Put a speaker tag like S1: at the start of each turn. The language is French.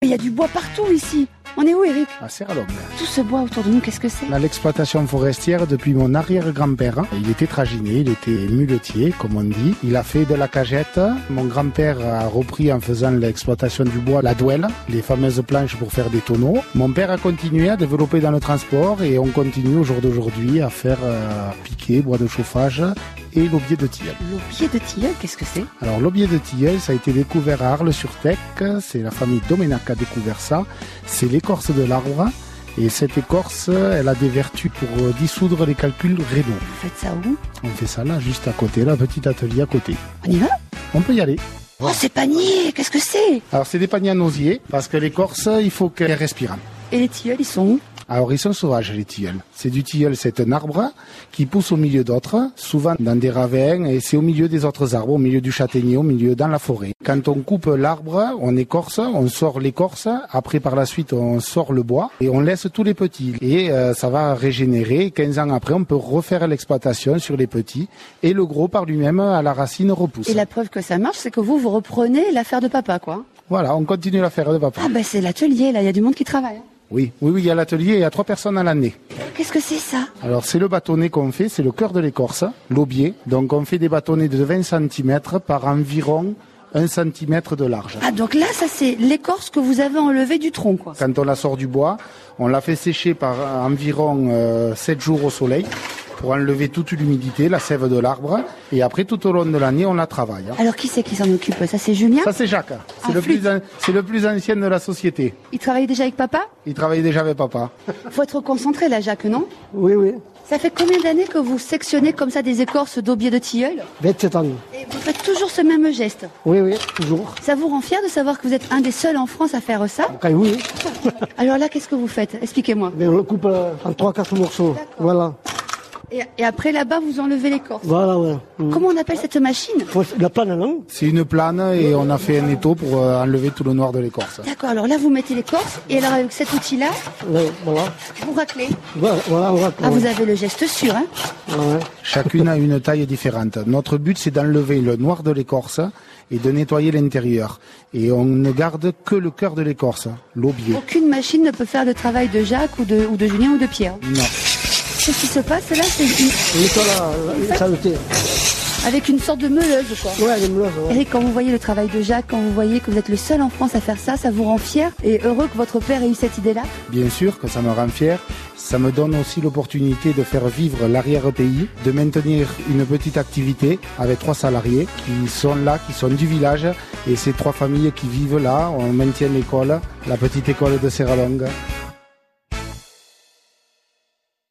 S1: Mais il y a du bois partout ici. On est où, Eric
S2: à Serre-Longue.
S1: Tout ce bois autour de nous, qu'est-ce que c'est
S2: On a l'exploitation forestière depuis mon arrière-grand-père. Il était traginé, il était muletier, comme on dit. Il a fait de la cagette. Mon grand-père a repris en faisant l'exploitation du bois la douelle, les fameuses planches pour faire des tonneaux. Mon père a continué à développer dans le transport et on continue au jour d'aujourd'hui à faire euh, piquer, bois de chauffage et l'aubier de tilleul.
S1: L'aubier de tilleul, qu'est-ce que c'est
S2: Alors l'aubier de tilleul, ça a été découvert à Arles-sur-Tech. C'est la famille Doménac qui a découvert ça. C'est l'écorce de l'arbre. Et cette écorce, elle a des vertus pour euh, dissoudre les calculs rénaux.
S1: Vous faites ça où
S2: On fait ça là, juste à côté, là, petit atelier à côté.
S1: On y va
S2: On peut y aller.
S1: Oh, ces paniers, qu'est-ce que c'est
S2: Alors c'est des paniers à nausiers, parce que l'écorce, il faut qu'elle respire.
S1: Et les tilleuls, ils sont où
S2: Alors ils sont sauvages les tilleuls. C'est du tilleul, c'est un arbre qui pousse au milieu d'autres, souvent dans des ravins, et c'est au milieu des autres arbres, au milieu du châtaignier, au milieu dans la forêt. Quand on coupe l'arbre, on écorce, on sort l'écorce, après par la suite on sort le bois et on laisse tous les petits. Et euh, ça va régénérer. 15 ans après, on peut refaire l'exploitation sur les petits et le gros par lui-même à la racine repousse.
S1: Et la preuve que ça marche, c'est que vous, vous reprenez l'affaire de papa, quoi.
S2: Voilà, on continue l'affaire de papa.
S1: Ah ben c'est l'atelier, là, il y a du monde qui travaille. hein.
S2: Oui, oui, oui, il y a l'atelier et il y a trois personnes à l'année.
S1: Qu'est-ce que c'est ça
S2: Alors c'est le bâtonnet qu'on fait, c'est le cœur de l'écorce, l'aubier. Donc on fait des bâtonnets de 20 cm par environ 1 cm de large.
S1: Ah donc là, ça c'est l'écorce que vous avez enlevée du tronc, quoi.
S2: Quand on la sort du bois, on la fait sécher par euh, environ 7 jours au soleil pour enlever toute l'humidité, la sève de l'arbre. Et après, tout au long de l'année, on la travaille. hein.
S1: Alors qui c'est qui s'en occupe Ça c'est Julien
S2: Ça c'est Jacques, c'est
S1: Ah,
S2: le,
S1: flûte.
S2: plus an- c'est le plus ancien de la société.
S1: Il travaille déjà avec papa
S2: Il travaillait déjà avec papa.
S1: Faut être concentré là, Jacques, non
S3: Oui, oui,
S1: Ça fait combien d'années que vous sectionnez comme ça des écorces d'aubier de tilleul
S3: 27 ans.
S1: Et vous faites toujours ce même geste.
S3: Oui, oui, toujours.
S1: Ça vous rend fier de savoir que vous êtes un des seuls en France à faire ça
S3: Après, oui,
S1: Alors là, qu'est-ce que vous faites Expliquez-moi.
S3: mais on le coupe euh, en 3-4 morceaux.
S1: D'accord.
S3: Voilà,
S1: Et, et après, là-bas, vous enlevez l'écorce.
S3: voilà, voilà. Mm.
S1: Comment on appelle cette machine
S3: Faut- La plane, non
S2: C'est une plane et on a fait un étau pour euh, enlever tout le noir de l'écorce.
S1: D'accord, alors là, vous mettez l'écorce, et alors avec cet outil-là,
S3: Ouais, Voilà,
S1: vous raclez.
S3: voilà, voilà, on va.
S1: Ah, vous avez le geste sûr, hein
S3: Ouais.
S2: Chacune a une taille différente. Notre but, c'est d'enlever le noir de l'écorce et de nettoyer l'intérieur. Et on ne garde que le cœur de l'écorce, l'aubier.
S1: Aucune machine ne peut faire le travail de Jacques, ou de, ou de Julien, ou de Pierre.
S2: Non.
S1: Qu'est-ce qui se passe là C'est une-
S3: Et toi, là, la saleté.
S1: avec une sorte de meuleuse, quoi.
S3: Ouais, les meules, ouais.
S1: Eric, quand vous voyez le travail de Jacques, quand vous voyez que vous êtes le seul en France à faire ça, ça vous rend fier et heureux que votre père ait eu cette idée-là
S2: Bien sûr que ça me rend fier. Ça me donne aussi l'opportunité de faire vivre l'arrière-pays, de maintenir une petite activité avec trois salariés qui sont là, qui sont du village. Et ces trois familles qui vivent là, on maintient l'école, la petite école de Serralongue.